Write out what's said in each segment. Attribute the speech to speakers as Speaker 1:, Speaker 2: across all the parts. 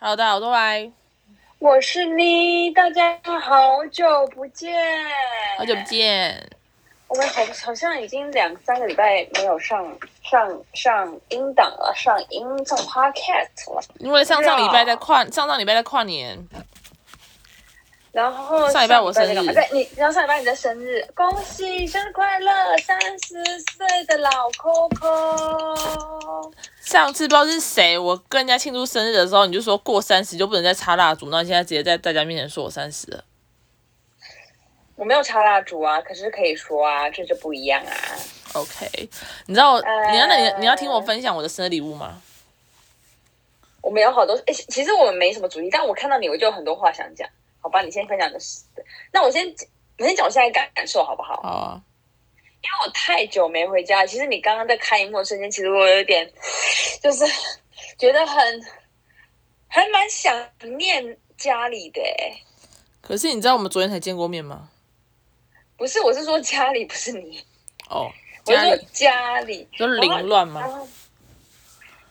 Speaker 1: Hello，大家好，我都来，
Speaker 2: 我是 V，大家好久不见，
Speaker 1: 好久不。见。
Speaker 2: 我们好好像已经两三个礼拜没有上上上音档了，上音上 podcast 了。
Speaker 1: 因为上上礼拜在跨，上上礼拜在跨年，
Speaker 2: 然后
Speaker 1: 上礼拜我生日
Speaker 2: 在干嘛在你，然后上礼拜你的生日，恭喜生日快乐，三十岁的老 Coco。
Speaker 1: 上次不知道是谁，我跟人家庆祝生日的时候，你就说过三十就不能再插蜡烛，那你现在直接在大家面前说我三十了。
Speaker 2: 我没有插蜡烛啊，可是可以说啊，这就不一样啊。
Speaker 1: OK，你知道我，
Speaker 2: 呃
Speaker 1: 你要那你你要听我分享我的生日礼物吗？
Speaker 2: 我们有好多，哎、其其实我们没什么主题，但我看到你，我就有很多话想讲。好吧，你先分享的是，那我先我先讲我现在感感受好不好？
Speaker 1: 好啊，
Speaker 2: 因为我太久没回家，其实你刚刚在开幕的瞬间，其实我有点就是 觉得很还蛮想念家里的、欸。
Speaker 1: 可是你知道我们昨天才见过面吗？
Speaker 2: 不是，我是说家里，不是你，
Speaker 1: 哦，
Speaker 2: 我是
Speaker 1: 家
Speaker 2: 说
Speaker 1: 里
Speaker 2: 家里，
Speaker 1: 就凌乱吗？
Speaker 2: 然后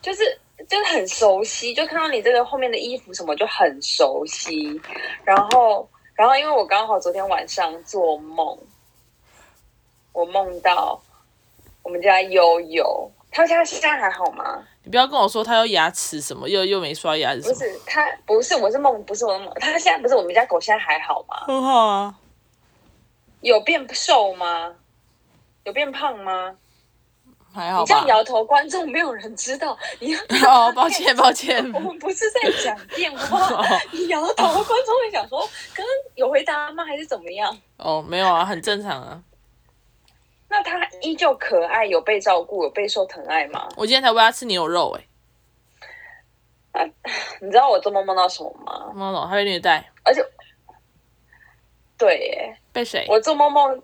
Speaker 2: 就是就是很熟悉，就看到你这个后面的衣服什么就很熟悉。然后，然后因为我刚好昨天晚上做梦，我梦到我们家悠悠，他家现在还好吗？
Speaker 1: 你不要跟我说他有牙齿什么，又又没刷牙是什
Speaker 2: 不
Speaker 1: 么，
Speaker 2: 是，他不是，我是梦，不是我的梦。他现在不是我们家狗，现在还好吗？
Speaker 1: 很好啊。
Speaker 2: 有变瘦吗？有变胖吗？
Speaker 1: 还
Speaker 2: 你
Speaker 1: 好
Speaker 2: 这样
Speaker 1: 吧？
Speaker 2: 摇头，观众没有人知道。你要
Speaker 1: 哦，抱歉抱歉，
Speaker 2: 我们不是在讲电话，
Speaker 1: 哦
Speaker 2: 你摇头，观众会想说，刚刚有回答吗？还是怎么样？
Speaker 1: 哦，没有啊，很正常啊。
Speaker 2: 那他依旧可爱，有被照顾，有备受疼爱吗？
Speaker 1: 我今天才喂它吃牛肉、欸，哎，
Speaker 2: 你知道我做梦梦到什么吗？
Speaker 1: 猫懂，它被虐待，
Speaker 2: 而且，对耶，
Speaker 1: 被谁？
Speaker 2: 我做梦梦，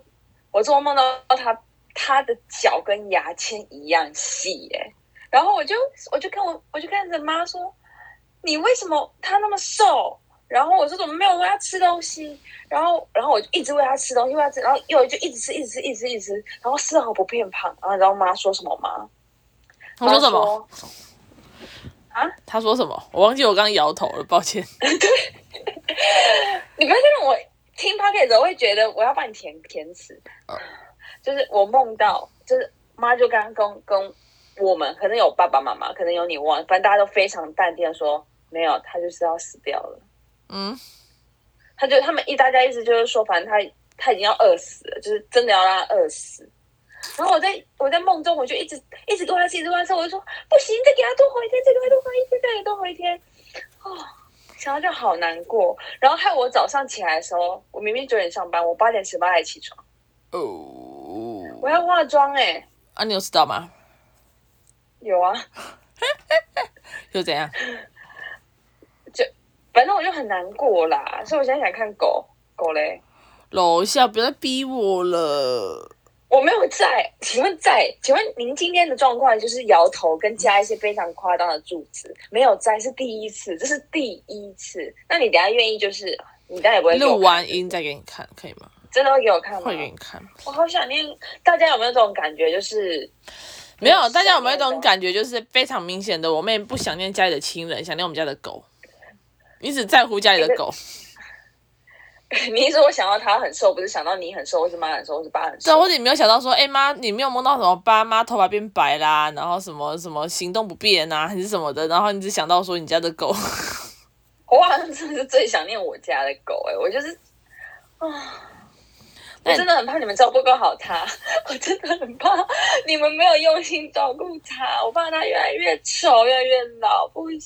Speaker 2: 我做梦梦到他他的脚跟牙签一样细耶，然后我就我就看我我就看着妈说，你为什么他那么瘦？然后我说怎么没有喂他吃东西？然后然后我就一直喂他吃东西，喂他吃，然后又就一直吃，一直吃，一直吃，一直吃，然后丝毫不变胖。然后你知道妈说什么吗？
Speaker 1: 他说什
Speaker 2: 妈
Speaker 1: 么？？他说什么？我忘记我刚摇头了，抱歉。
Speaker 2: 你不要再让我听 p o c a s t 我会觉得我要帮你填填词。
Speaker 1: 哦
Speaker 2: 就是我梦到，就是妈就刚刚跟跟我们，可能有爸爸妈妈，可能有你忘，反正大家都非常淡定的说，没有，他就是要死掉了。
Speaker 1: 嗯，
Speaker 2: 他就他们一大家意思就是说，反正他他已经要饿死了，就是真的要让他饿死。然后我在我在梦中，我就一直一直跟他吃，一直跟他吃，我就说不行，再给他多活一天，再给他多活一天，再给他多活一天。哦，想到就好难过。然后害我早上起来的时候，我明明九点上班，我八点十八才起床，我
Speaker 1: 哦，
Speaker 2: 要化妆哎、
Speaker 1: 啊，你有吃到吗？
Speaker 2: 有啊，
Speaker 1: 又怎样？
Speaker 2: 反正我就很难过啦。所以我现在想看狗狗嘞，
Speaker 1: 楼下不要再逼我了。
Speaker 2: 我没有在。请问在？请问您今天的状况就是摇头跟加一些非常夸张的助词，没有在是第一次，这是第一次。那你等一下愿意就是你当然也不会给我
Speaker 1: 录
Speaker 2: 看
Speaker 1: 完音再给你看，可以吗？
Speaker 2: 真的会给我看吗
Speaker 1: 会？给你看。
Speaker 2: 我好想念大家有没有这种感觉？就是
Speaker 1: 没有，
Speaker 2: 想
Speaker 1: 大家有没有一
Speaker 2: 念
Speaker 1: 种
Speaker 2: 的
Speaker 1: 感觉，就是非常明显的，我妹不想念家里的亲人，想念我们家的狗。你只在乎家里的狗，
Speaker 2: 你一说我想到他很瘦，不是想到你很瘦，或是妈很瘦，或是爸很
Speaker 1: 对啊，
Speaker 2: 瘦
Speaker 1: 或。者你没有想到说，哎、妈，你没有梦到什么爸妈头发变白啦，然后什么什么行动不便啊，还是什么的，然后你只想到说你家的狗，
Speaker 2: 我好像真的是最想念我家的狗哎、我就是啊，我
Speaker 1: 那
Speaker 2: 真的很怕你们照顾不好它， 我真的很怕你们没有用心照顾它，我怕它越来越丑，越来越老，不
Speaker 1: 你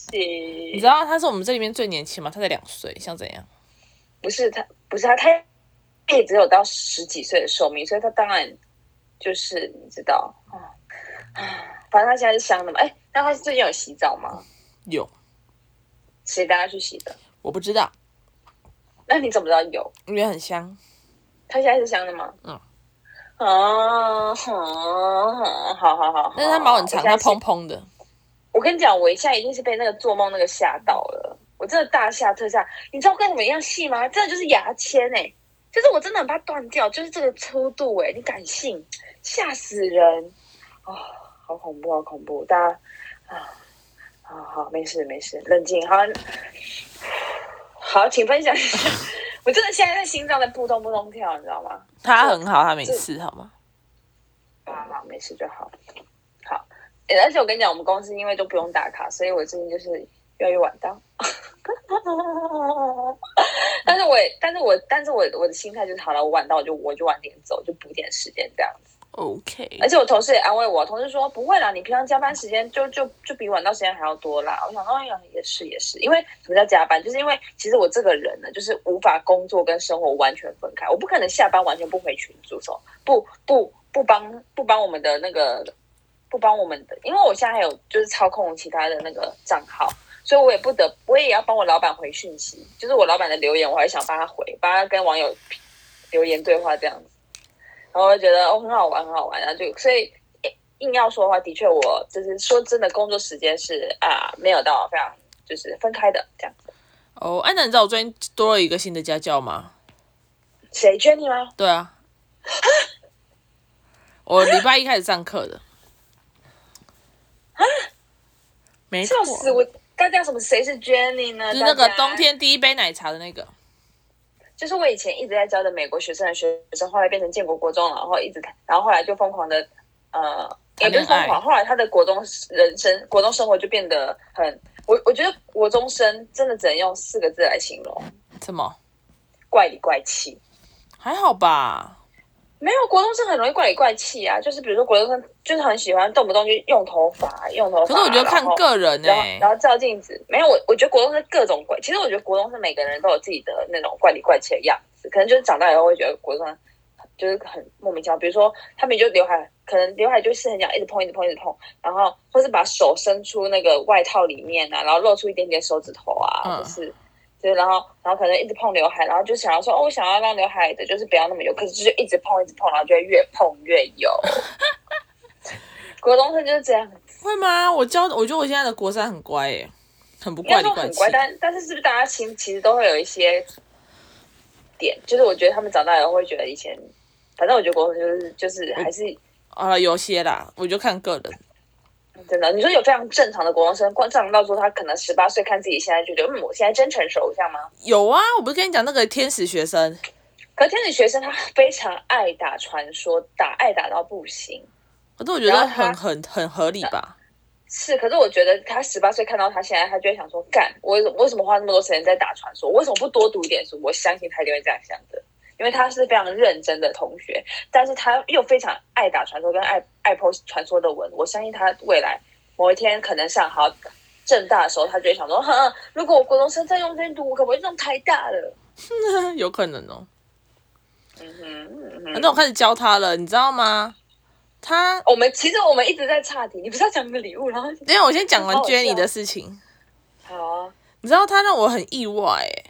Speaker 2: 行
Speaker 1: 知。道他是我们这里面最年轻嘛？他才两岁，想怎样？
Speaker 2: 不是它，不是它，它也只有到十几岁的寿命，所以它当然就是你知道啊啊，反正它现在是香的嘛。哎、那它最近有洗澡吗？
Speaker 1: 有，
Speaker 2: 谁带它去洗的？
Speaker 1: 我不知道，
Speaker 2: 那你怎么知道有？
Speaker 1: 因为很香。
Speaker 2: 它现在是香的吗？
Speaker 1: 嗯。
Speaker 2: 啊，好好好好，
Speaker 1: 但是它毛很长，
Speaker 2: 哦我现
Speaker 1: 它
Speaker 2: 在是
Speaker 1: 蓬。蓬的。
Speaker 2: 我跟你讲，我现在一定是被那个做梦那个吓到了，我真的大吓特吓。你知道跟你们一样细吗？真的就是牙签哎、就是我真的很怕断掉，就是这个粗度哎、你敢信？吓死人啊、好恐怖，好恐怖！大家啊好好，没事没事，冷静。好，好，请分享一 下。我真的现在在心脏在扑通扑通跳，你知道吗？
Speaker 1: 他很好，他没事，好吗？
Speaker 2: 好好，没事就好。好，诶而且我跟你讲，我们公司因为都不用打卡，所以我最近就是越来越晚到。 但是我也，但是我，但是我，我的心态就是好了，我晚到我就我就晚点走，就补点时间这样子。
Speaker 1: OK，
Speaker 2: 而且我同事也安慰我，同事说不会啦，你平常加班时间就就就比晚到时间还要多啦。我想说，哎呀，也是也是，因为什么叫加班？就是因为其实我这个人呢，就是无法工作跟生活完全分开，我不可能下班完全不回群组，说不不不帮不帮我们的那个不帮我们的，因为我现在还有就是操控其他的那个账号，所以我也不得我也要帮我老板回讯息，就是我老板的留言，我还想帮他回，帮他跟网友留言对话这样子。然后我就觉得哦很好玩，很好玩，然后就所以诶硬要说的话，的确我就是说真的，工作时间是啊没有到非常就是分开的这样子。
Speaker 1: 哦，哎，那你知道我最近多了一个新的家教吗？
Speaker 2: 谁 Jenny 吗？
Speaker 1: 对啊， 我礼拜一开始上课的。没错
Speaker 2: 笑，死我！刚讲什么？谁是 Jenny 呢？
Speaker 1: 就是那个
Speaker 2: 大家
Speaker 1: 冬，天第一杯奶茶的那个。
Speaker 2: 就是我以前一直在教的美国学生的学生，后来变成建国国中了，然后一直，然后后来就疯狂的呃，也
Speaker 1: 谈
Speaker 2: 不
Speaker 1: 恋爱
Speaker 2: 是疯狂，后来他的国中人生、国中生活就变得很，我我觉得国中生真的只能用四个字来形容，
Speaker 1: 什么？
Speaker 2: 怪里怪气。
Speaker 1: 还好吧？
Speaker 2: 没有，国中生很容易怪里怪气啊，就是比如说国中生就是很喜欢动不动就用头发，用头发。
Speaker 1: 可是我觉得看
Speaker 2: 然后
Speaker 1: 个人欸呢、
Speaker 2: 然后然后照镜子，没有我，我觉得国中生各种怪。其实我觉得国中生每个人都有自己的那种怪里怪气的样子，可能就是长大以后会觉得国中生就是很莫名其妙。比如说他们就刘海，可能刘海就是很想一直碰，一直碰，一直碰，然后或是把手伸出那个外套里面啊，然后露出一点点手指头啊，
Speaker 1: 嗯
Speaker 2: 就是。就是，然后，然后可能一直碰刘海，然后就想要说，哦，我想要让刘海的，就是不要那么油，可是就是一直碰，一直碰，然后就会越碰越油。国中生就是这样，
Speaker 1: 会吗？我教，我觉得我现在的国三很乖耶、很不
Speaker 2: 应该
Speaker 1: 怪里
Speaker 2: 说
Speaker 1: 怪
Speaker 2: 很
Speaker 1: 气
Speaker 2: 乖，。但但是是不是大家心其实都会有一些点，就是我觉得他们长大以后会觉得以前，反正我觉得国中就是就是还是
Speaker 1: 好了，有些啦，我就看个人。
Speaker 2: 真的，你说有非常正常的国中生，光正常到说他可能十八岁看自己现在就觉得嗯，我现在真成熟，这样吗？
Speaker 1: 有啊，我不是跟你讲那个天使学生，
Speaker 2: 可是天使学生他非常爱打传说，打爱打到不行。
Speaker 1: 可是我觉得
Speaker 2: 然后他
Speaker 1: 很很很合理吧？
Speaker 2: 是，可是我觉得他十八岁看到他现在，他就会想说，干，我为什么为什么花那么多时间在打传说？我为什么不多读一点书？我相信他一定会这样想的，因为他是非常认真的同学，但是他又非常爱打传说跟爱爱 post 传说的文，我相信他未来某一天可能上好正大的时候，他就会想说，哼，如果我国中生再用这些读，我可不可以上台大了？
Speaker 1: 有可能哦、
Speaker 2: 嗯哼，嗯
Speaker 1: 反
Speaker 2: 哼。
Speaker 1: 正我开始教他了，你知道吗？他，
Speaker 2: 我们其实我们一直在岔题，你不是要讲那个礼物，然后
Speaker 1: 因为我先讲完
Speaker 2: 好好笑
Speaker 1: Jenny 的事情，
Speaker 2: 好啊，
Speaker 1: 你知道他让我很意外、欸，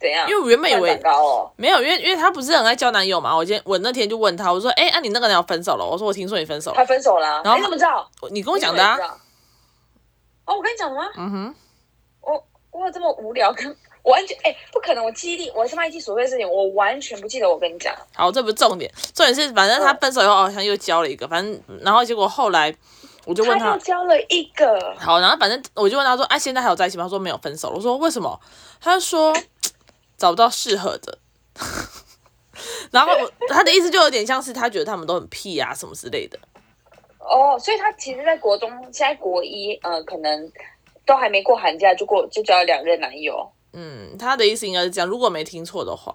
Speaker 2: 怎样？
Speaker 1: 因为我原本以
Speaker 2: 换
Speaker 1: 为
Speaker 2: 长高哦，
Speaker 1: 没有，因为因为他不是很爱交男友嘛。我今天我那天就问他，我说，哎、那、你那个男友分手了？我说我听说你分手了，
Speaker 2: 他分手了啊，
Speaker 1: 然后
Speaker 2: 你怎么知道？
Speaker 1: 你跟我讲的啊
Speaker 2: 你怎么也知。道。哦，我跟你讲的吗？
Speaker 1: 嗯哼，
Speaker 2: 我我有这么无聊，跟我完全哎、不可能！我记忆力，我是麦记琐碎事情，我完全不记得我跟你讲。
Speaker 1: 好，这不是重点，重点是反正他
Speaker 2: 嗯
Speaker 1: 分手以后哦好像又交了一个，反正然后结果后来我就问
Speaker 2: 又
Speaker 1: 他，
Speaker 2: 交了一个，
Speaker 1: 好，然后反正我就问他说，哎、现在还有在一起吗？他说没有分手了。我说为什么？他就说找不到适合的。 然后我他的意思就有点像是他觉得他们都很屁啊什么之类的。
Speaker 2: 哦，所以他其实，在国中，现在国一，呃，可能都还没过寒假，就过就交了两任男友。
Speaker 1: 嗯，他的意思应该是这样，如果没听错的话。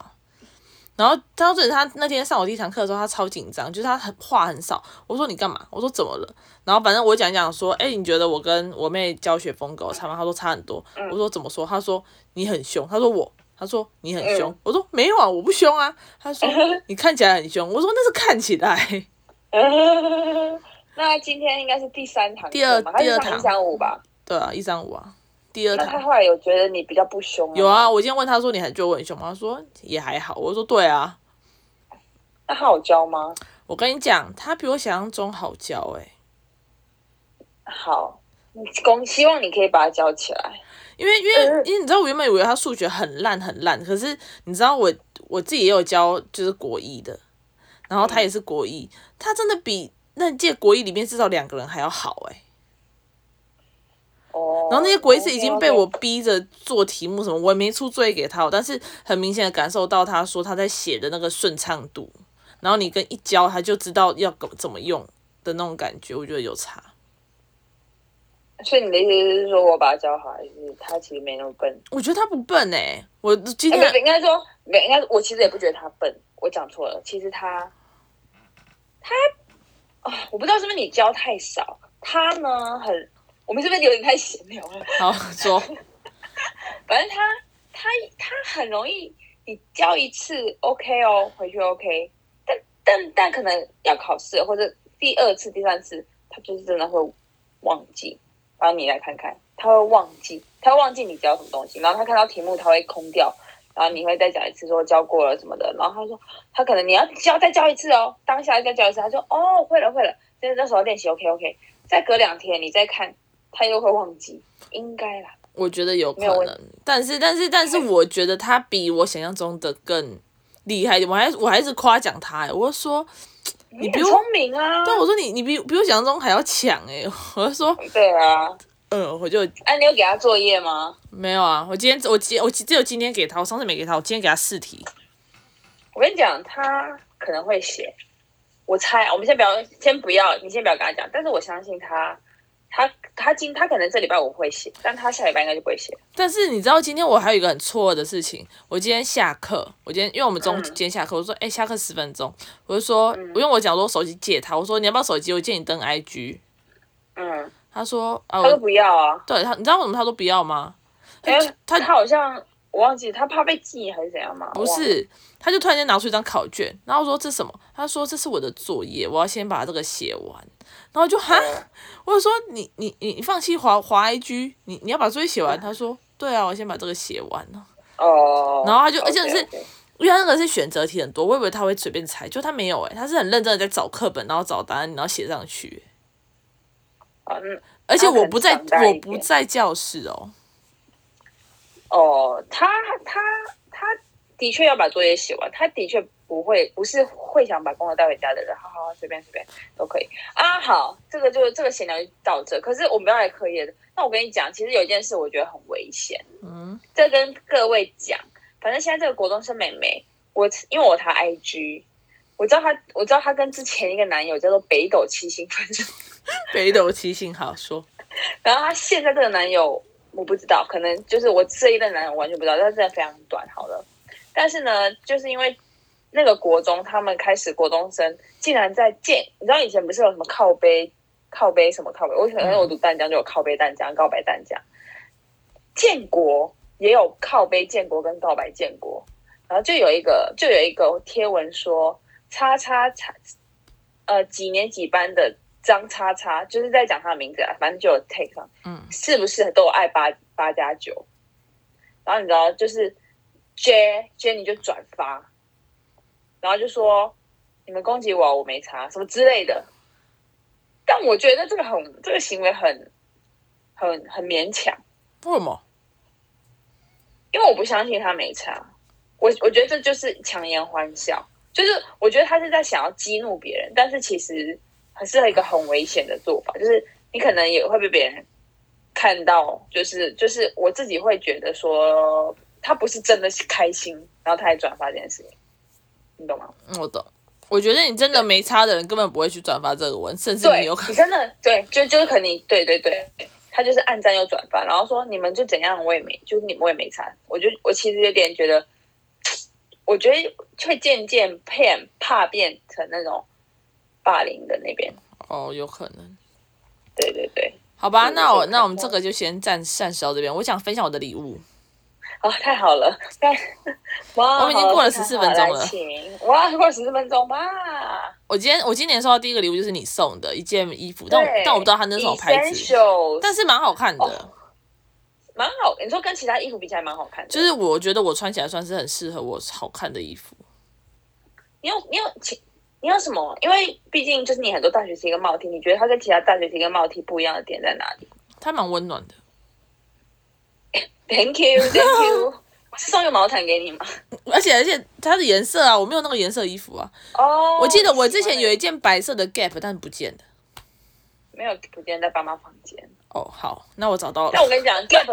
Speaker 1: 然后到这里，他那天上我第一堂课的时候，他超紧张，就是他很话很少。我说你干嘛？我说怎么了？然后反正我讲一讲说，哎，你觉得我跟我妹教学风格有差吗？他说差很多。
Speaker 2: 嗯
Speaker 1: 我说怎么说？他说你很凶。他说我。他说你很凶。
Speaker 2: 嗯
Speaker 1: 我说没有啊，我不凶啊。他说你看起来很凶。我说那是看起来。
Speaker 2: 那今天应该是第三堂课嘛，
Speaker 1: 第二
Speaker 2: 他是
Speaker 1: 第二
Speaker 2: 上
Speaker 1: 堂
Speaker 2: 一三五吧？
Speaker 1: 对啊，一三五啊，第二
Speaker 2: 那他
Speaker 1: 堂
Speaker 2: 后来有觉得你比较不凶吗
Speaker 1: 有啊。，我今天问他说你还觉得我很凶吗？他说也还好。我说对啊。
Speaker 2: 那他好教吗？
Speaker 1: 我跟你讲，他比我想象中好教哎、
Speaker 2: 好，恭希望你可以把它教起来。
Speaker 1: 因为因为因为你知道，我原本以为他数学很烂很烂，可是你知道我我自己也有教就是国一的，然后他也是国一，他真的比那届国一里面至少两个人还要好哎、
Speaker 2: 哦，
Speaker 1: 欸然后那些鬼子已经被我
Speaker 2: 了
Speaker 1: 逼着做题目什么，我也没出作业给他，但是很明显的感受到他说他在写的那个顺畅度，然后你跟一教他就知道要怎么怎么用的那种感觉，我觉得有差。
Speaker 2: 解，所以你的意思是说我把他教好，还是他其实没那么笨？
Speaker 1: 我觉得他不笨哎、我今
Speaker 2: 哎、
Speaker 1: 天、
Speaker 2: 不不应该说没，应该我其实也不觉得他笨，我讲错了。其实他他啊，我不知道是不是你教太少，他呢很，我们是不是有点太闲聊了？
Speaker 1: 好说，
Speaker 2: 反正他他他很容易，你教一次 OK 哦，回去 OK，但但但可能要考试或者第二次、第三次，他就是真的会忘记。然后你来看看，他会忘记，他会忘记你教什么东西，然后他看到题目他会空掉，然后你会再讲一次说教过了什么的，然后他说他可能你要教再教一次哦，当下再教一次，他说哦会了会了，就是那时候练习 OK OK，再隔两天你再看，他又会忘记，应该啦。
Speaker 1: 我觉得有可
Speaker 2: 没有问哎
Speaker 1: 能，但是但是但是，我觉得他比我想象中的更厉害一点。我还我还是夸奖他、欸，我就说，
Speaker 2: 啊你
Speaker 1: 不
Speaker 2: 很
Speaker 1: 用
Speaker 2: 聪明啊！
Speaker 1: 但我说你你比比我想象中还要强哎、我就 说，
Speaker 2: 对啊，
Speaker 1: 嗯，我就
Speaker 2: 哎、你有给他作业吗？
Speaker 1: 没有啊，我今天我今我只有今天给他，我上次没给他，我今天给他试题。
Speaker 2: 我跟你讲，他可能会写。我猜，我们先不要，先不要，你先不要跟他讲。但是我相信他，他他今他可能这礼拜我会写，但他下礼拜应该就不会写。
Speaker 1: 但是你知道今天我还有一个很错愕的事情，我今天下课，我今天因为我们中
Speaker 2: 嗯
Speaker 1: 间下课，我说哎、下课十分钟，我就说，我用我讲说我手机借他，我说你要不要手机，我借你登 IG，
Speaker 2: 嗯，
Speaker 1: 他说啊，
Speaker 2: 他
Speaker 1: 我
Speaker 2: 说不要啊，
Speaker 1: 对他，你知道为什么他都不要吗？他
Speaker 2: 因
Speaker 1: 就
Speaker 2: 为哎他
Speaker 1: 哎他
Speaker 2: 好像我忘记他怕被记还是怎样嘛？
Speaker 1: 不
Speaker 2: 我忘了，
Speaker 1: 是，他就突然间拿出一张考卷，然后我说这什么？他说这是我的作业，我要先把这个写完。然后我就哈，
Speaker 2: 嗯
Speaker 1: 我就说你你你你放弃滑滑 IG，你你要把作业写
Speaker 2: 嗯
Speaker 1: 完。他说对啊，我先把这个写完了。
Speaker 2: 哦，
Speaker 1: 然后他就而且是
Speaker 2: OK，OK
Speaker 1: 因为他那个是选择题很多，我以为他会随便猜，就他没有诶、欸他是很认真的在找课本，然后找答案，然后写上去。欸
Speaker 2: 啊嗯，
Speaker 1: 而且
Speaker 2: 他可
Speaker 1: 我
Speaker 2: 能
Speaker 1: 不在
Speaker 2: 长大，
Speaker 1: 我
Speaker 2: 一
Speaker 1: 不
Speaker 2: 点
Speaker 1: 在教室哦。
Speaker 2: 哦，他他他的确要把作业写完，他的确不会不是会想把功课带回家的人，好好随便随便都可以啊。好，这个就这个闲聊就到这，可是我们要来课业的。那我跟你讲，其实有一件事我觉得很危险，
Speaker 1: 嗯，
Speaker 2: 这跟各位讲，反正现在这个国中生妹妹，我因为我她 IG，我知道她我知道她跟之前一个男友叫做北斗七星分手。
Speaker 1: 北斗七星好说，
Speaker 2: 然后她现在这个男友我不知道，可能就是我这一任男友完全不知道，但是真的非常短。好了，但是呢，就是因为那个国中，他们开始国中生竟然在建，你知道以前不是有什么靠背、靠背什么靠背？我可能
Speaker 1: 嗯
Speaker 2: 我读淡江就有靠背淡江、告白淡江，建国也有靠背建国跟告白建国，然后就有一个就有一个贴文说叉叉叉，呃几年几班的张叉叉，就是在讲他的名字啊，反正就有 take 上。
Speaker 1: 嗯，
Speaker 2: 是不是都爱八八加九？然后你知道，就是 J J 你就转发，然后就说你们攻击我，我没查什么之类的。但我觉得这个很这个行为很很很勉强，
Speaker 1: 为什么？
Speaker 2: 因为我不相信他没查。我我觉得这就是强颜欢笑，就是我觉得他是在想要激怒别人，但是其实还是一个很危险的做法，就是你可能也会被别人看到，就是就是我自己会觉得说他不是真的是开心，然后他还转发这件事情，你懂吗？
Speaker 1: 嗯我懂。我觉得你真的没差的人根本不会去转发这个文，甚至
Speaker 2: 对，
Speaker 1: 你有可能
Speaker 2: 真的对，就就是可能你对对对，他就是按赞又转发，然后说你们就怎样，我也没，就是你们我也没差，我就我其实有点觉得，我觉得会渐渐变怕变成那种霸凌的那边，
Speaker 1: 哦，有可能。
Speaker 2: 对对对，
Speaker 1: 好吧，
Speaker 2: 嗯
Speaker 1: 那
Speaker 2: 我
Speaker 1: 我
Speaker 2: 看
Speaker 1: 那我们
Speaker 2: 到
Speaker 1: 这个就先暂暂时到这边。我想分享我的礼物，
Speaker 2: 哦，太好了，但哇，
Speaker 1: 我们已经过了14分钟了
Speaker 2: 好来请哇，过了十四分钟吧。
Speaker 1: 我今天我今年收到第一个礼物就是你送的一件衣服，但我
Speaker 2: 对
Speaker 1: 但我不知道它那是什么牌子，
Speaker 2: Essentials，
Speaker 1: 但是蛮好看的
Speaker 2: 哦，蛮好，你说跟其他衣服比起来蛮好看的，
Speaker 1: 就是我觉得我穿起来算是很适合我好看的衣服。
Speaker 2: 你有你有其你有什么？因为毕竟就是你很多大学题跟帽 T，你觉得它跟其他大学题跟帽 T 不一样的点在哪里
Speaker 1: 它蛮温暖的，
Speaker 2: ？Thank you，Thank you。我是送一个毛毯给你吗？
Speaker 1: 而且而且它的颜色啊，我没有那个颜色的衣服啊。
Speaker 2: 哦、
Speaker 1: 我记得我之前有一
Speaker 2: 一
Speaker 1: 件白色的 Gap，但不见了。
Speaker 2: 没有不见在爸妈房间，
Speaker 1: 哦，好，那我找到
Speaker 2: 但
Speaker 1: 了。
Speaker 2: 我跟你讲，gap，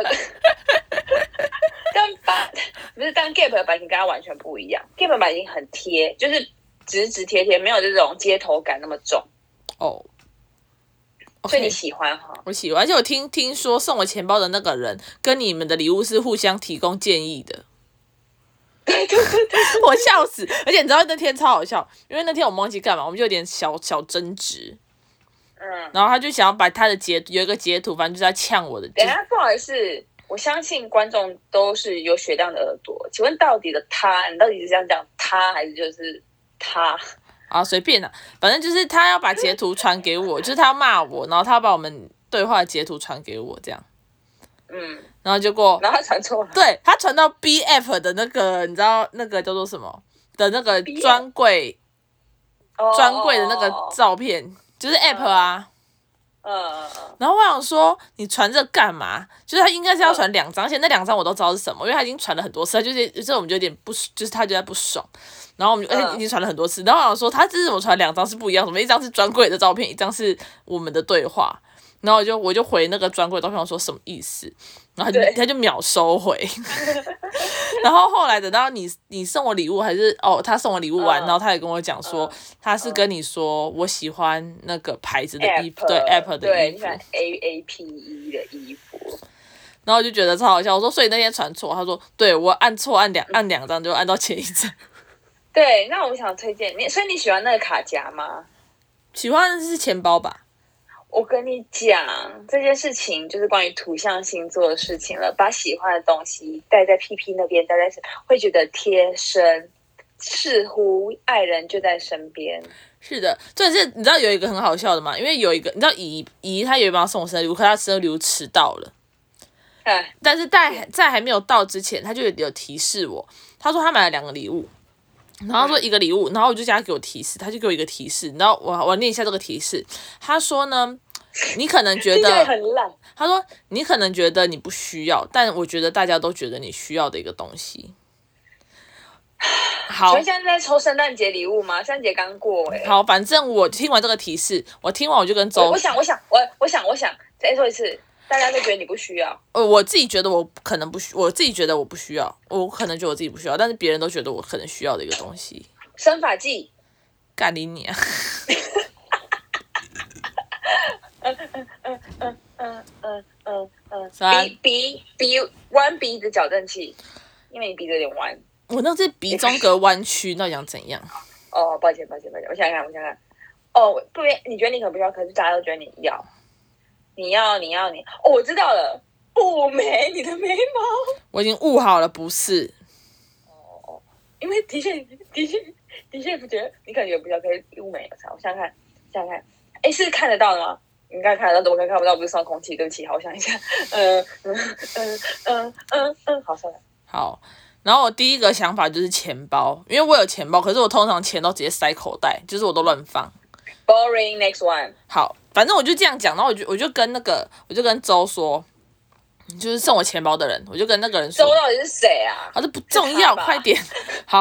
Speaker 2: 但版不是，但 gap 的版型跟它完全不一样。gap 的版型很贴，就是直直贴贴，没有这种街头感那么重，
Speaker 1: 哦
Speaker 2: 所以
Speaker 1: ，OK，
Speaker 2: 你喜欢哈？
Speaker 1: 我喜欢，而且我听听说送我钱包的那个人跟你们的礼物是互相提供建议的。
Speaker 2: 对对对对，
Speaker 1: 我笑死！而且你知道那天超好笑，因为那天我们忘记干嘛，我们就有点小小争执，
Speaker 2: 嗯。
Speaker 1: 然后他就想要把他的截有一个截图，反正就是在呛我的。
Speaker 2: 等一下，不好意思，我相信观众都是有雪亮的耳朵。请问到底的他，你到底是想讲他，还是就是他？
Speaker 1: 啊，随便啦、反正就是他要把截图传给我，就是他要骂我，然后他要把我们对话的截图传给我，这样，
Speaker 2: 嗯，
Speaker 1: 然后结果
Speaker 2: 然后他传错了。
Speaker 1: 哦对他传到 B F 的那个，你知道那个叫做什么的那个
Speaker 2: BF
Speaker 1: 专柜
Speaker 2: 哦
Speaker 1: 专柜的那个
Speaker 2: 哦
Speaker 1: 照片，就是 App 啊。
Speaker 2: 嗯嗯
Speaker 1: 然后我想说，你传这干嘛？就是他应该是要传两张，而且那两张我都知道是什么，因为他已经传了很多次，他就是这我们就有点不，就是他觉得不爽。然后我们就，而且
Speaker 2: 嗯
Speaker 1: 已经传了很多次。然后我想说，他这是怎么传两张是不一样，什么一张是专柜的照片，一张是我们的对话。然后我就我就回那个专柜的照片，我说什么意思？然后他
Speaker 2: 对
Speaker 1: 就他就秒收 回。然后后来等到你你送我礼物还是哦他送我礼物完，
Speaker 2: 嗯
Speaker 1: 然后他也跟我讲说、
Speaker 2: 嗯
Speaker 1: 他是跟你说我喜欢那个牌子的衣服，
Speaker 2: ，app
Speaker 1: 对 app 的
Speaker 2: 呃对，
Speaker 1: 衣
Speaker 2: 你
Speaker 1: 服
Speaker 2: 喜。欢 A A P E 的衣服，
Speaker 1: 然后我就觉得超好笑，我说所以那天传错，他说对我按错按两按两张就按到前一张，
Speaker 2: 对。那我想推荐你，所以你喜欢那个卡夹吗？
Speaker 1: 喜欢的是钱包吧？
Speaker 2: 我跟你讲，这件事情就是关于图像星座的事情了。把喜欢的东西戴在屁屁那边，戴在会觉得贴身，似乎爱人就在身边。
Speaker 1: 是的，就是你知道有一个很好笑的嘛，因为有一个你知道姨姨她有一帮送我生日礼物，可她生日礼物迟到了，
Speaker 2: 哎，
Speaker 1: 但是在在还没有到之前，她就有有提示我，她说她买了两个礼物。然后她说一个礼物，然后我就叫她给我提示，她就给我一个提示，然后我我念一下这个提示，她说呢， 你可能觉
Speaker 2: 听起来
Speaker 1: 得
Speaker 2: 很烂。
Speaker 1: 他说：“你可能觉得你不需要，但我觉得大家都觉得你需要的一个东西。”好
Speaker 2: 所以现在在抽圣诞节礼物吗？圣诞节刚过哎、
Speaker 1: 好，反正我听完这个提示，我听完我就跟
Speaker 2: 我
Speaker 1: 周
Speaker 2: 我，想，我想，我我想，我想再说一次，大家都觉得你不需要。
Speaker 1: 呃，我自己觉得我可能不需，我自己觉得我不需要，我可能觉得我自己不需要，但是别人都觉得我可能需要的一个东西。
Speaker 2: 生发剂，
Speaker 1: 干你你啊！
Speaker 2: 嗯嗯嗯嗯
Speaker 1: 啥
Speaker 2: 鼻鼻鼻弯鼻子矫正器，因为你鼻子有点弯。
Speaker 1: 我那是鼻中隔弯曲，那想怎样？
Speaker 2: 哦，抱歉，抱歉，抱歉，我想想看，我想想看。哦，不然你觉得你可不需要，可是大家都觉得你要，你要，你要，你哦，我知道了，雾眉，你的眉毛，
Speaker 1: 我已经悟好了，不是？
Speaker 2: 因为的确，的确，的确不觉得你感觉不需要，可是雾眉有差。我想想看，想想看，哎，是看得到的吗？你应该看得到，我该看不到，不是上空气，对不起，好，我想一下，嗯嗯嗯嗯嗯嗯，好，算了，
Speaker 1: 好。然后我第一个想法就是钱包，因为我有钱包，可是我通常钱都直接塞口袋，就是我都乱放。
Speaker 2: ，boring next one，
Speaker 1: 好，反正我就这样讲，然后我就我就跟那个我就跟周说，就是送我钱包的人，我就跟那个人说
Speaker 2: 周，到底是谁啊？
Speaker 1: 啊这不重要，
Speaker 2: 是他吧
Speaker 1: 快点，好，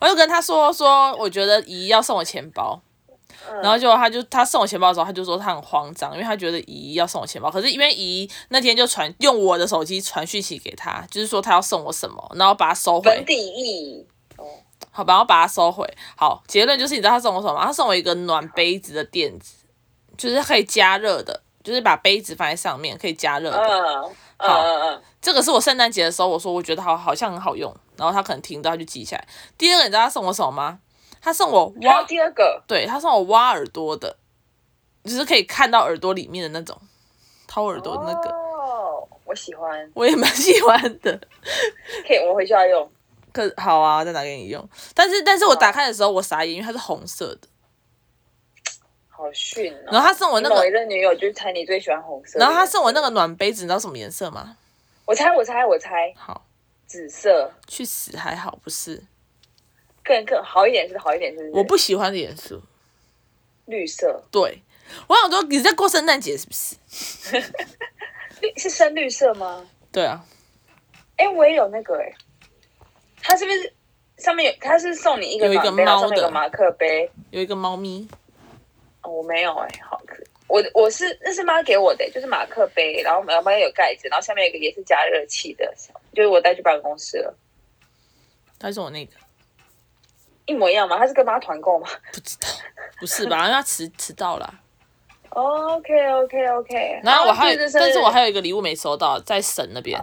Speaker 1: 我就跟他说说，我觉得姨要送我钱包，
Speaker 2: 嗯
Speaker 1: 然后就他就他送我钱包的时候，他就说他很慌张，因为他觉得姨要送我钱包，可是因为姨那天就传用我的手机传讯息给他，就是说他要送我什么，然后把它收回
Speaker 2: 粉，底液，哦，
Speaker 1: 好，然后把它收回。好，结论就是你知道他送我什么吗？他送我一个暖杯子的垫子，就是可以加热的，就是把杯子放在上面可以加热
Speaker 2: 嗯
Speaker 1: 的。
Speaker 2: 嗯嗯嗯。
Speaker 1: 这个是我圣诞节的时候我说我觉得好好像很好用，然后他可能听到他就记下来。第二个你知道他送我什么吗？他送我
Speaker 2: 还有
Speaker 1: 挖，
Speaker 2: 第二个，
Speaker 1: 对他送我挖耳朵的，就是可以看到耳朵里面的那种掏耳朵的那个，
Speaker 2: 哦，我喜欢，
Speaker 1: 我也蛮喜欢的。
Speaker 2: 可以，我回去要用。
Speaker 1: 可好啊，再拿给你用。但是但是我打开的时候我傻眼，因为它是红色的。
Speaker 2: 好逊哦！
Speaker 1: 然后他送我那
Speaker 2: 你
Speaker 1: 个
Speaker 2: 某一任女友就是猜你最喜欢红色，
Speaker 1: 然后他送我那个，暖杯子，你知道什么颜色吗？
Speaker 2: 我猜我猜我猜
Speaker 1: 好，
Speaker 2: 紫色，
Speaker 1: 去死还好，不是
Speaker 2: 更更好一点是不是好一点是不是？
Speaker 1: 我不喜欢的颜色。
Speaker 2: 绿色，
Speaker 1: 对，我想说你在过圣诞节是不是？
Speaker 2: 绿是深绿色吗？
Speaker 1: 对啊，
Speaker 2: 哎，我也有那个哎，他是不是上面有？他是送你一个
Speaker 1: 有一个
Speaker 2: 暖杯，然后
Speaker 1: 猫
Speaker 2: 上面有
Speaker 1: 的
Speaker 2: 个马克杯。
Speaker 1: 有一个猫咪，
Speaker 2: 哦，我没有哎，好可我我是那是妈给我的，就是马克杯，然后马克杯有盖子，然后下面有一个也是加热器的，就是我带去办公室了，
Speaker 1: 他送我那个，
Speaker 2: 一模一样吗？他是跟妈团购吗
Speaker 1: 不知道，不是 吧？因为他迟迟到了。
Speaker 2: ？OK OK OK。
Speaker 1: 然后我还有，但是我还
Speaker 2: 有
Speaker 1: 有一个礼物没收到，在神那边，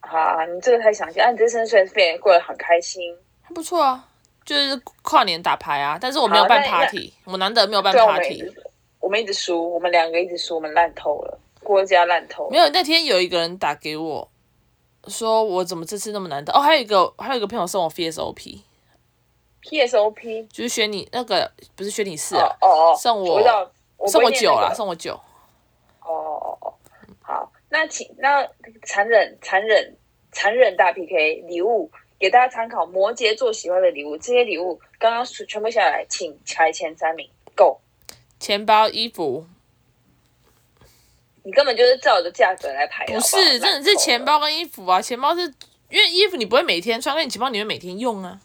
Speaker 2: 好、啊，你这个太详细，啊，你这生日虽然也过得很开心，
Speaker 1: 还不错啊，就是跨年打牌啊，但是我没有
Speaker 2: 好
Speaker 1: 办
Speaker 2: 那那
Speaker 1: party，我难得没有办
Speaker 2: 对，我们
Speaker 1: party
Speaker 2: 一。直我们一直输，我们两个一直输，我们烂透了，郭家烂透了。
Speaker 1: 没有，那天有一个人打给我，说我怎么这次那么难打？哦，还有一个还有一个朋友送我 VSOP，
Speaker 2: PSOP
Speaker 1: 就是选你那个不是选你四、
Speaker 2: 哦
Speaker 1: 啊，
Speaker 2: 哦哦，
Speaker 1: 送我
Speaker 2: 我知道，我
Speaker 1: 送
Speaker 2: 不
Speaker 1: 我
Speaker 2: 会念
Speaker 1: 酒
Speaker 2: 那
Speaker 1: 啦，
Speaker 2: 个
Speaker 1: 送我酒。
Speaker 2: 哦哦哦，好，那请那残忍残忍残忍大 PK 礼物给大家参考，摩羯座喜欢的礼物，这些礼物刚刚数全部下来，请排前三名，Go！
Speaker 1: 钱包、衣服
Speaker 2: 你根本就是照着价格来排，
Speaker 1: 不
Speaker 2: 好好
Speaker 1: 是，真的是钱。包跟衣服啊。钱包是因为衣服你不会每天穿，跟你钱包你会每天用啊。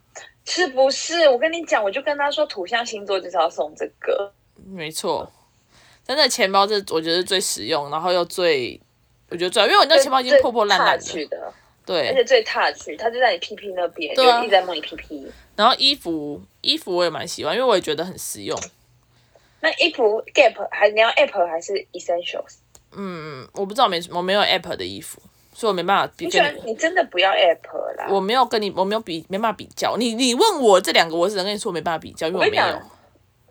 Speaker 2: 是不是？我跟你讲，我就跟他说，土象星座就是要送这个。
Speaker 1: 没错，真的钱包这我觉得是最实用，然后又最我觉得最好，因为我那钱包已经
Speaker 2: 最
Speaker 1: 破破烂烂
Speaker 2: 最
Speaker 1: 的，
Speaker 2: touch 的，而且
Speaker 1: 对。
Speaker 2: 最 touch，他就在你屁屁那边，
Speaker 1: 对啊
Speaker 2: 就一直在摸你屁屁。
Speaker 1: 然后衣服衣服我也蛮喜欢，因为我也觉得很实用。
Speaker 2: 那衣服 Gap 还你要 App 还是 Essentials？
Speaker 1: 嗯，我不知道没我没有 app 的衣服，所以我没办法比
Speaker 2: 你喜
Speaker 1: 跟
Speaker 2: 欢啊
Speaker 1: 你。
Speaker 2: 你真的不要 App 啦。
Speaker 1: 我没有跟你，我没有比，没办法比较。你你问我这两个，我只能跟你说我没办法比较，因为我
Speaker 2: 我跟
Speaker 1: 没
Speaker 2: 你
Speaker 1: 有。
Speaker 2: 讲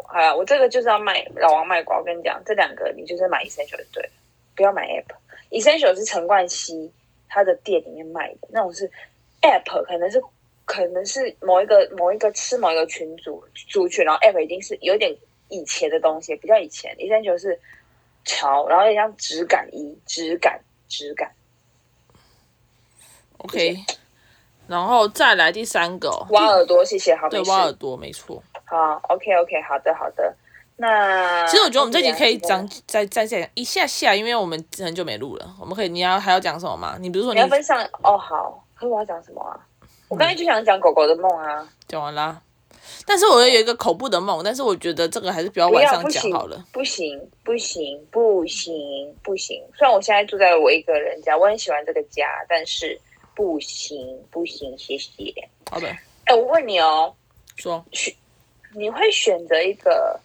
Speaker 2: 好啦，哎我这个就是要卖老王卖瓜。我跟你讲，这两个你就是买 essential 就对了，不要买 app。essential 是陈冠希他的店里面卖的，那种是 app 可能是可能是某一个某一个吃某一个群组族群，然后 app 已经是有点以前的东西，比较以前 essential 是潮，然后也像质感衣，质感质感。谢
Speaker 1: OK，然后再来第三个哦，
Speaker 2: 挖耳朵，谢谢，好，
Speaker 1: 对
Speaker 2: 没事
Speaker 1: 挖，耳朵，没错。
Speaker 2: 好，OK OK，好的好的。那
Speaker 1: 其实我觉得我们这集可以
Speaker 2: 今天
Speaker 1: 讲再再再讲一下下，因为我们很久没录了。我们可以，你要还要讲什么吗？你不是说
Speaker 2: 你要分
Speaker 1: 你
Speaker 2: 享哦，好，可是我要讲什么啊？我刚才就想讲狗狗的梦啊，
Speaker 1: 讲完啦？但是我有一个口部的梦，但是我觉得这个还是不要
Speaker 2: 不
Speaker 1: 晚
Speaker 2: 要
Speaker 1: 上
Speaker 2: 不
Speaker 1: 讲
Speaker 2: 行
Speaker 1: 好了。
Speaker 2: 不行，不行，不行，不行。虽然我现在住在我一个人家，我很喜欢这个家，但是不行，不行，谢谢。
Speaker 1: 好的，
Speaker 2: 哎，我问你哦，
Speaker 1: 说
Speaker 2: 你会选择一个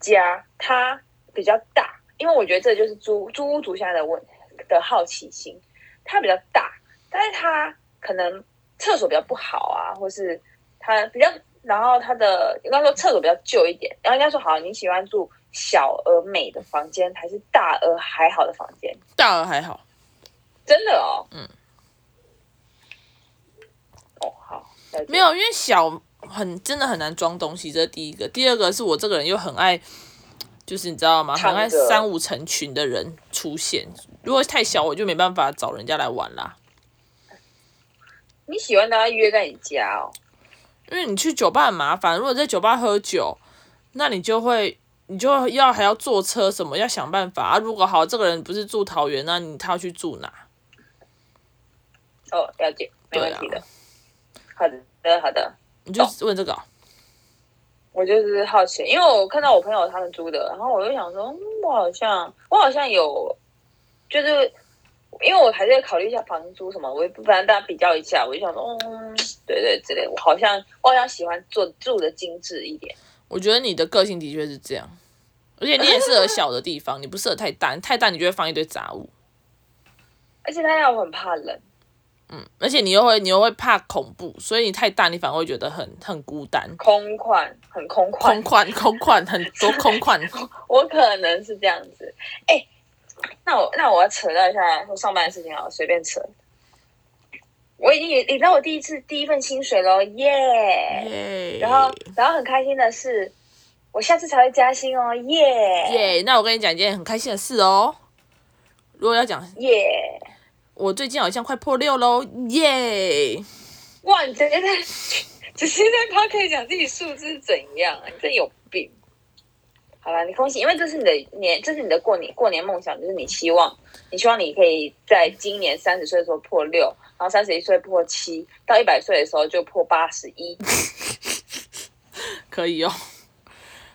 Speaker 2: 家，它比较大，因为我觉得这就是租租屋族现在的问的好奇心，它比较大，但是它可能厕所比较不好啊，或是它比较，然后它的应该说厕所比较旧一点，然后应该说好，你喜欢住小而美的房间，还是大而还好的房间？
Speaker 1: 大儿还好，
Speaker 2: 真的哦，
Speaker 1: 嗯，
Speaker 2: 哦好，了解
Speaker 1: 没有，因为小很真的很难装东西，这是第一个。第二个是我这个人又很爱，就是你知道吗？
Speaker 2: 唱
Speaker 1: 很
Speaker 2: 歌
Speaker 1: 爱三五成群的人出现。如果太小，我就没办法找人家来玩啦。
Speaker 2: 你喜欢大家约在你家哦。
Speaker 1: 因为你去酒吧很麻烦，如果在酒吧喝酒，那你就会你就会要还要坐车什么，要想办法啊。如果好，这个人不是住桃园，那你他要去住哪？
Speaker 2: 哦，了解，没问题
Speaker 1: 对
Speaker 2: 的。好的，好的，
Speaker 1: 你就问这个哦、
Speaker 2: 我就是好奇，因为我看到我朋友他们租的，然后我就想说，嗯我好像我好像有，就是因为我还在考虑一下房租什么，我也不反正大家比较一下，我就想说，嗯，对对之类，我好像我好像喜欢做住的精致一点。
Speaker 1: 我觉得你的个性的确是这样，而且你也适合小的地方，你不适合太大，你太大你就会放一堆杂物。
Speaker 2: 而且他让我很怕冷，
Speaker 1: 而且你又会你又会怕恐怖，所以你太大，你反而会觉得很很孤单，
Speaker 2: 空旷，很空旷，
Speaker 1: 空旷空旷，很多空旷。
Speaker 2: 我可能是这样子。哎、那我那我要扯到一下我上班的事情好了，随便扯。我已经领到我第一次第一份薪水喽，耶、
Speaker 1: 嗯耶
Speaker 2: 然后然后很开心的是，我下次才会加薪哦，耶
Speaker 1: 耶那我跟你讲一件很开心的事哦。如果要讲，
Speaker 2: 耶！
Speaker 1: 我最近好像快破六喽，耶、
Speaker 2: 哇，你直接在直接在 p o c a s t 讲自己数字是怎样、啊，你真有病。好了，你恭喜，因为这是你的年，这是你的过年过年梦想，就是你希望，你希望你可以在今年三十岁的时候破六，然后三十一岁破七，到一百岁的时候就破八十一。
Speaker 1: 可以哦。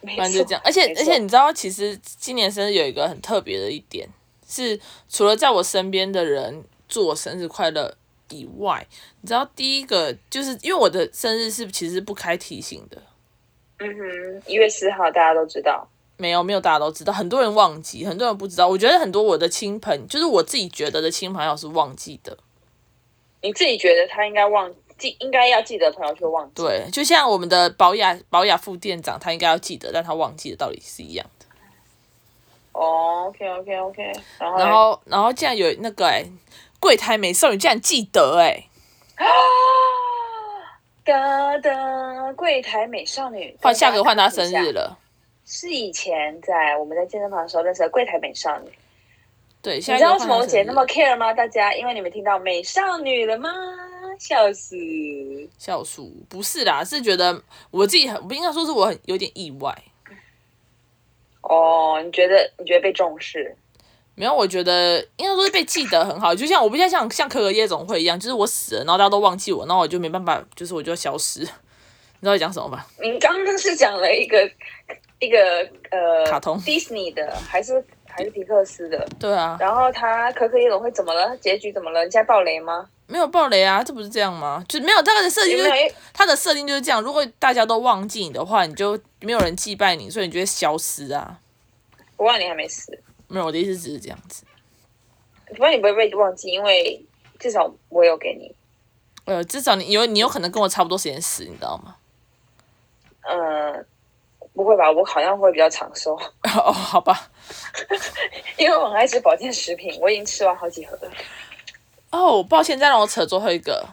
Speaker 2: 没
Speaker 1: 反正
Speaker 2: 错
Speaker 1: 就这样。而且
Speaker 2: 没
Speaker 1: 而
Speaker 2: 错
Speaker 1: 且你知道，其实今年生日有一个很特别的一点，是除了在我身边的人祝我生日快乐以外，你知道第一个就是因为我的生日是其实不开提醒的，
Speaker 2: 嗯哼，一月四号大家都知道，
Speaker 1: 没有没有大家都知道，很多人忘记，很多人不知道。我觉得很多我的亲朋，就是我自己觉得的亲朋好友是忘记的。
Speaker 2: 你自己觉得他应该忘记，应该要记得的朋友却忘记。
Speaker 1: 对，就像我们的保雅保雅副店长，他应该要记得，但他忘记的道理是一样的。
Speaker 2: 哦，OK OK OK，然后嘞
Speaker 1: 然后然后竟然有那个哎、柜台美少女竟然记得哎、
Speaker 2: 啊， 哒哒，柜台美少女，
Speaker 1: 换下个换她生日
Speaker 2: 了。
Speaker 1: 了。
Speaker 2: 是以前在我们在健身房的时候认识的柜台美少女。
Speaker 1: 对，下
Speaker 2: 你
Speaker 1: 一
Speaker 2: 知
Speaker 1: 个
Speaker 2: 道为
Speaker 1: 换她
Speaker 2: 什么我
Speaker 1: 生
Speaker 2: 姐
Speaker 1: 日
Speaker 2: 那么 care 吗？大家，因为你们听到美少女了吗？笑死！
Speaker 1: 笑鼠？不是啦，是觉得我自己很，不应该说是我很有点意外。
Speaker 2: 哦，你觉得你觉得被重视？
Speaker 1: 没有，我觉得应该说是被记得很好，就像我不像像像可可夜总会一样，就是我死了，然后大家都忘记我，然后我就没办法，就是我就消失。你 知道我讲什么吧？
Speaker 2: 你刚刚是讲了一个一个呃，
Speaker 1: 卡通
Speaker 2: 迪士尼的，还是还是皮克斯的？
Speaker 1: 对啊，
Speaker 2: 然后他可可夜总会怎么了？结局怎么了？你现在爆雷吗？
Speaker 1: 没有暴雷啊，这不是这样吗？就没有它的设计
Speaker 2: 有哎
Speaker 1: 就
Speaker 2: 没
Speaker 1: 是
Speaker 2: 有？因
Speaker 1: 它的设定就是这样，如果大家都忘记你的话，你就没有人祭拜你，所以你就会消失啊。
Speaker 2: 不过你还没死，
Speaker 1: 没有，我的意思只是这样子。
Speaker 2: 不过你不会被忘记，因为至少我有给你。
Speaker 1: 呃，至少你有你有可能跟我差不多时间死，你知道吗？
Speaker 2: 嗯，不会吧？我好像会比较长寿。
Speaker 1: 哦，好吧。
Speaker 2: 因为我很爱吃保健食品，我已经吃完好几盒了。
Speaker 1: 哦，抱歉，再让我扯最后一个。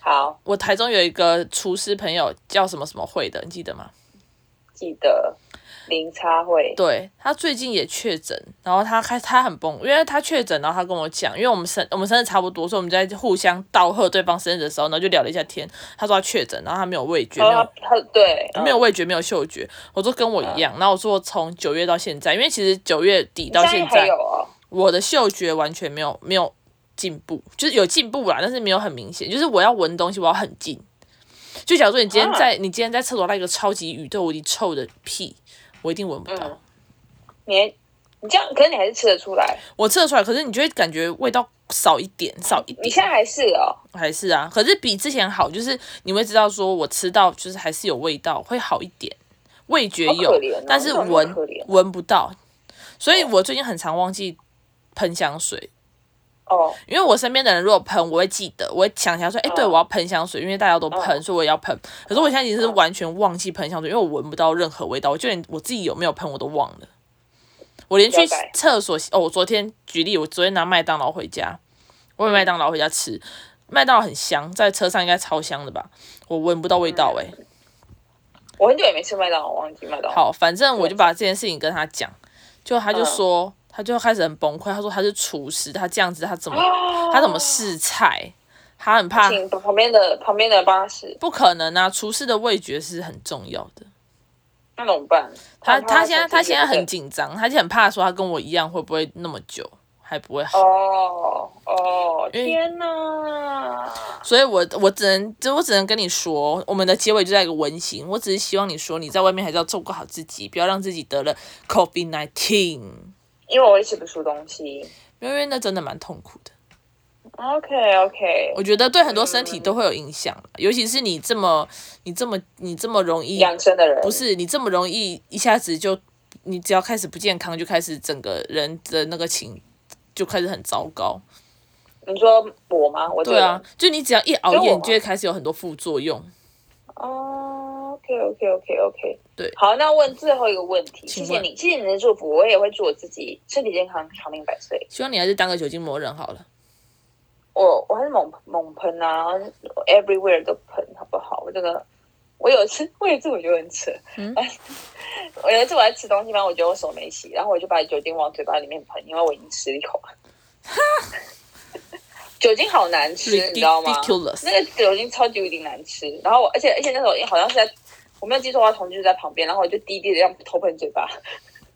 Speaker 2: 好，
Speaker 1: 我台中有一个厨师朋友叫什么什么会的，你记得吗？
Speaker 2: 记得零差会。哦
Speaker 1: 对他最近也确诊，然后他开他很崩，因为他确诊，然后他跟我讲，因为我们生我们生日差不多，所以我们在互相道贺对方生日的时候，然后就聊了一下天。他说他确诊，然后他没有味觉，没
Speaker 2: 他
Speaker 1: 有
Speaker 2: 他对
Speaker 1: 没有味觉，没有嗅觉。我说跟我一样，然后我说从九月到现在，因为其实九月底到
Speaker 2: 嗯
Speaker 1: 现
Speaker 2: 还
Speaker 1: 在
Speaker 2: 有，哦，
Speaker 1: 我的嗅觉完全没有没有进步，就是有进步啦，但是没有很明显。就是我要闻东西，我要很近。就假如说你今
Speaker 2: 啊
Speaker 1: 天在、你今天在厕所拉一个超级宇宙无敌臭的屁，我一定闻不到。
Speaker 2: 嗯你还你这样，可是你还是吃得出来。
Speaker 1: 我测得出来，可是你就会感觉味道少一点，少一
Speaker 2: 你
Speaker 1: 点，
Speaker 2: 现在还是哦，
Speaker 1: 还是啊，可是比之前好，就是你会知道说我吃到就是还是有味道，会好一点，味觉
Speaker 2: 好
Speaker 1: 有，
Speaker 2: 可怜哦哦
Speaker 1: 但是
Speaker 2: 那种
Speaker 1: 闻
Speaker 2: 好可怜
Speaker 1: 闻不到，所以我最近很常忘记喷香水，
Speaker 2: 哦，
Speaker 1: 因为我身边的人如果喷，我会记得，我会想起来说，哎、
Speaker 2: 嗯
Speaker 1: 对我要喷香水，因为大家都喷，
Speaker 2: 嗯
Speaker 1: 所以我也要喷。可是我现在已经是完全忘记喷香水，因为我闻不到任何味道，我就连我自己有没有喷我都忘了。我连去
Speaker 2: 了解
Speaker 1: 厕所洗哦，我昨天举例，我昨天拿麦当劳回家，我有麦当劳回家吃，麦当劳很香，在车上应该超香的吧？我闻不到味道哎、
Speaker 2: 嗯我很久也没吃麦当劳，我忘记麦当劳。
Speaker 1: 好，反正我就把这件事情跟他讲，就他就说，
Speaker 2: 嗯
Speaker 1: 他就开始很崩溃，他说他是厨师，他这样子他怎么
Speaker 2: 啊
Speaker 1: 他怎么？试菜？他很怕
Speaker 2: 请旁边的旁边的巴士，
Speaker 1: 不可能啊！厨师的味觉是很重要的。
Speaker 2: 那怎么办？
Speaker 1: 他
Speaker 2: 怕
Speaker 1: 他现在他现在很
Speaker 2: 对
Speaker 1: 紧张，他就很怕说他跟我一样会不会那么久还不会好，
Speaker 2: 哦哦，
Speaker 1: 因为
Speaker 2: 天哪！
Speaker 1: 所以我我只能就我只能跟你说，我们的结尾就在一个温馨。我只是希望你说你在外面还是要照顾好自己，不要让自己得了 COVID nineteen，
Speaker 2: 因为我也吃不出东西。啊
Speaker 1: 因为那真的蛮痛苦的。
Speaker 2: OK OK，
Speaker 1: 我觉得对很多身体都会有影响，尤其是你这么你这么你这么容易
Speaker 2: 养生的人
Speaker 1: 不是你这么容易一下子就，你只要开始不健康，就开始整个人的那个情就开始很糟糕。
Speaker 2: 你说我吗？我这个
Speaker 1: 对啊
Speaker 2: 人。，
Speaker 1: 就你只要一熬
Speaker 2: 跟我
Speaker 1: 夜，
Speaker 2: 吗
Speaker 1: 你就会开始有很多副作用。
Speaker 2: 哦，OK OK OK OK。
Speaker 1: 对
Speaker 2: 好，那问最后一个问题，谢
Speaker 1: 请
Speaker 2: 谢
Speaker 1: 问
Speaker 2: 你，谢谢你的祝福，我也会祝我自己身体健康，长命百岁。
Speaker 1: 希望你还是当个酒精魔人好了。
Speaker 2: 我我还是猛猛喷啊，everywhere 都喷，好不好？我这个，我有一次， 我有一次我就很扯，哎
Speaker 1: 嗯
Speaker 2: 我有一次我在吃东西嘛，我觉得我手没洗，然后我就把酒精往嘴巴里面喷，因为我已经吃一口了。 酒精好难吃，你知道吗？
Speaker 1: Ridiculous，
Speaker 2: 那个酒精超级无敌难吃。然后我，而且而且那时候好像是在，我没有记错的话，同事就在旁边，然后我就低低的这样偷喷嘴巴。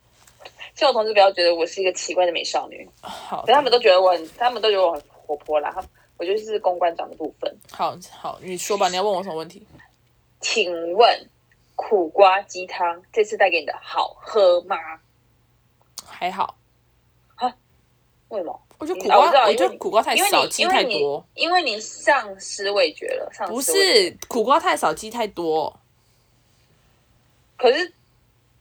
Speaker 2: 希望我同事不要觉得我是一个奇怪的美少女，
Speaker 1: 好
Speaker 2: 可是他们都觉得我很，他们都觉得我很活泼啦。他们我就是公关长的部分。
Speaker 1: 好好，你说吧，你要问我什么问题？
Speaker 2: 请问苦瓜鸡汤这次带给你的好喝吗？
Speaker 1: 还好，
Speaker 2: 为什么？
Speaker 1: 我觉得苦
Speaker 2: 啊我
Speaker 1: 瓜
Speaker 2: 知，道
Speaker 1: 我
Speaker 2: 因为
Speaker 1: 觉得
Speaker 2: 你
Speaker 1: 苦瓜太
Speaker 2: 因为
Speaker 1: 少，
Speaker 2: 你
Speaker 1: 鸡
Speaker 2: 因
Speaker 1: 太
Speaker 2: 为你啊
Speaker 1: 多。
Speaker 2: 因为你丧失味觉了，丧失
Speaker 1: 不
Speaker 2: 味觉，
Speaker 1: 是苦瓜太少，鸡太多。
Speaker 2: 可是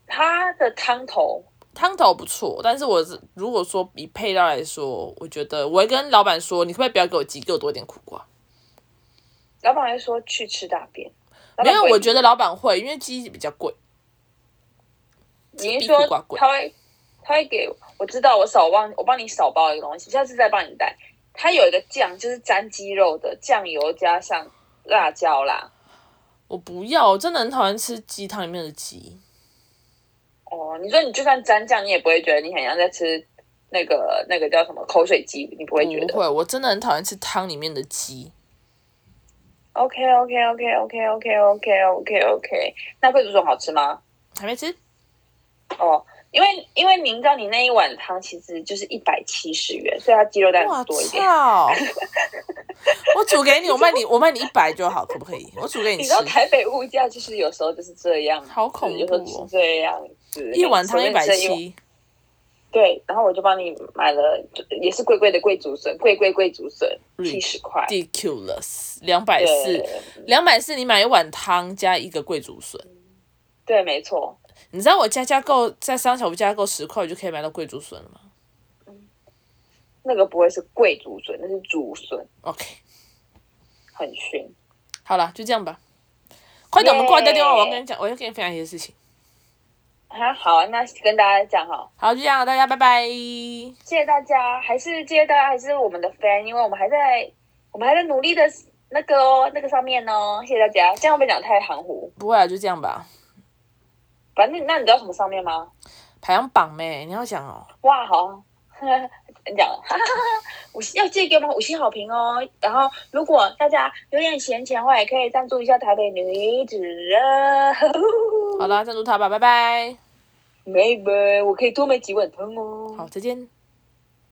Speaker 2: 它的汤头
Speaker 1: 汤头不错，但是我是如果说以配料来说，我觉得我会跟老板说，你可不可以不要给我鸡，给我多一点苦瓜？
Speaker 2: 老板还说去吃大便，老
Speaker 1: 没
Speaker 2: 板
Speaker 1: 有，
Speaker 2: 不会
Speaker 1: 我觉得老板会，因为鸡比较贵。
Speaker 2: 你
Speaker 1: 比
Speaker 2: 是
Speaker 1: 苦
Speaker 2: 说
Speaker 1: 瓜贵
Speaker 2: 他会他会给我知道我少忘我帮你少包一个东西，下次再帮你带。它有一个酱，就是沾鸡肉的酱油加上辣椒啦。
Speaker 1: 我不要，我真的很讨厌吃鸡汤里面的鸡。
Speaker 2: 哦，你说你就算沾酱，你也不会觉得你很像在吃那个那个叫什么口水鸡，你不会觉
Speaker 1: 不
Speaker 2: 得。
Speaker 1: 会，我真的很讨厌吃汤里面的鸡。
Speaker 2: OK OK OK OK OK OK OK OK，那贵族笋好吃吗？
Speaker 1: 还没吃？
Speaker 2: 哦，因为因为您知道你那一碗汤其实就是一百七十元，所以它鸡肉蛋
Speaker 1: 哇
Speaker 2: 多一点。
Speaker 1: 操！我煮给你，我卖你，我卖你一百就好，可不可以？我煮给
Speaker 2: 你知
Speaker 1: 吃
Speaker 2: 道，台北物价就是有时候就是这样，
Speaker 1: 好恐怖哦
Speaker 2: 有时候就是这样子，
Speaker 1: 一碗汤
Speaker 2: 随
Speaker 1: 一
Speaker 2: 便
Speaker 1: 百
Speaker 2: 吃一碗。
Speaker 1: 七，
Speaker 2: 对，然后我就帮你买了，就也是贵贵的贵竹笋，贵贵贵竹笋，
Speaker 1: Ridiculous
Speaker 2: 七十块，
Speaker 1: ridiculous，两百
Speaker 2: 对
Speaker 1: 四，两百四你买一碗汤加一个贵竹笋。
Speaker 2: 对，没错。
Speaker 1: 你知道我加加购在商场我加购十块，我就可以买到贵竹笋了吗
Speaker 2: 那个不会是贵竹笋，那是竹笋，
Speaker 1: ？OK，
Speaker 2: 很熏。
Speaker 1: 好了，就这样吧。快点，我们挂掉电话，我要跟你讲，我要跟你分享一些事情。
Speaker 2: 啊，好，那跟大家讲哈，
Speaker 1: 好，就这样，大家拜拜。
Speaker 2: 谢谢大家，还是谢谢大家，还是我们的 fan，因为我们还在，我们还在努力的那个哦，那个上面哦，谢谢大家。这样会不会讲太含糊？
Speaker 1: 不会啊，就这样吧。
Speaker 2: 反正那你知道什么上面吗？
Speaker 1: 排行榜咩？你要讲哦。
Speaker 2: 哇，好， 你讲了，五星要记得给我们五星好评哦。然后，如果大家有点闲钱的话，也可以赞助一下台北女子 啊。
Speaker 1: 好啦，赞助他吧，拜拜。
Speaker 2: 妹妹，我可以多买几碗汤哦。
Speaker 1: 好，再见。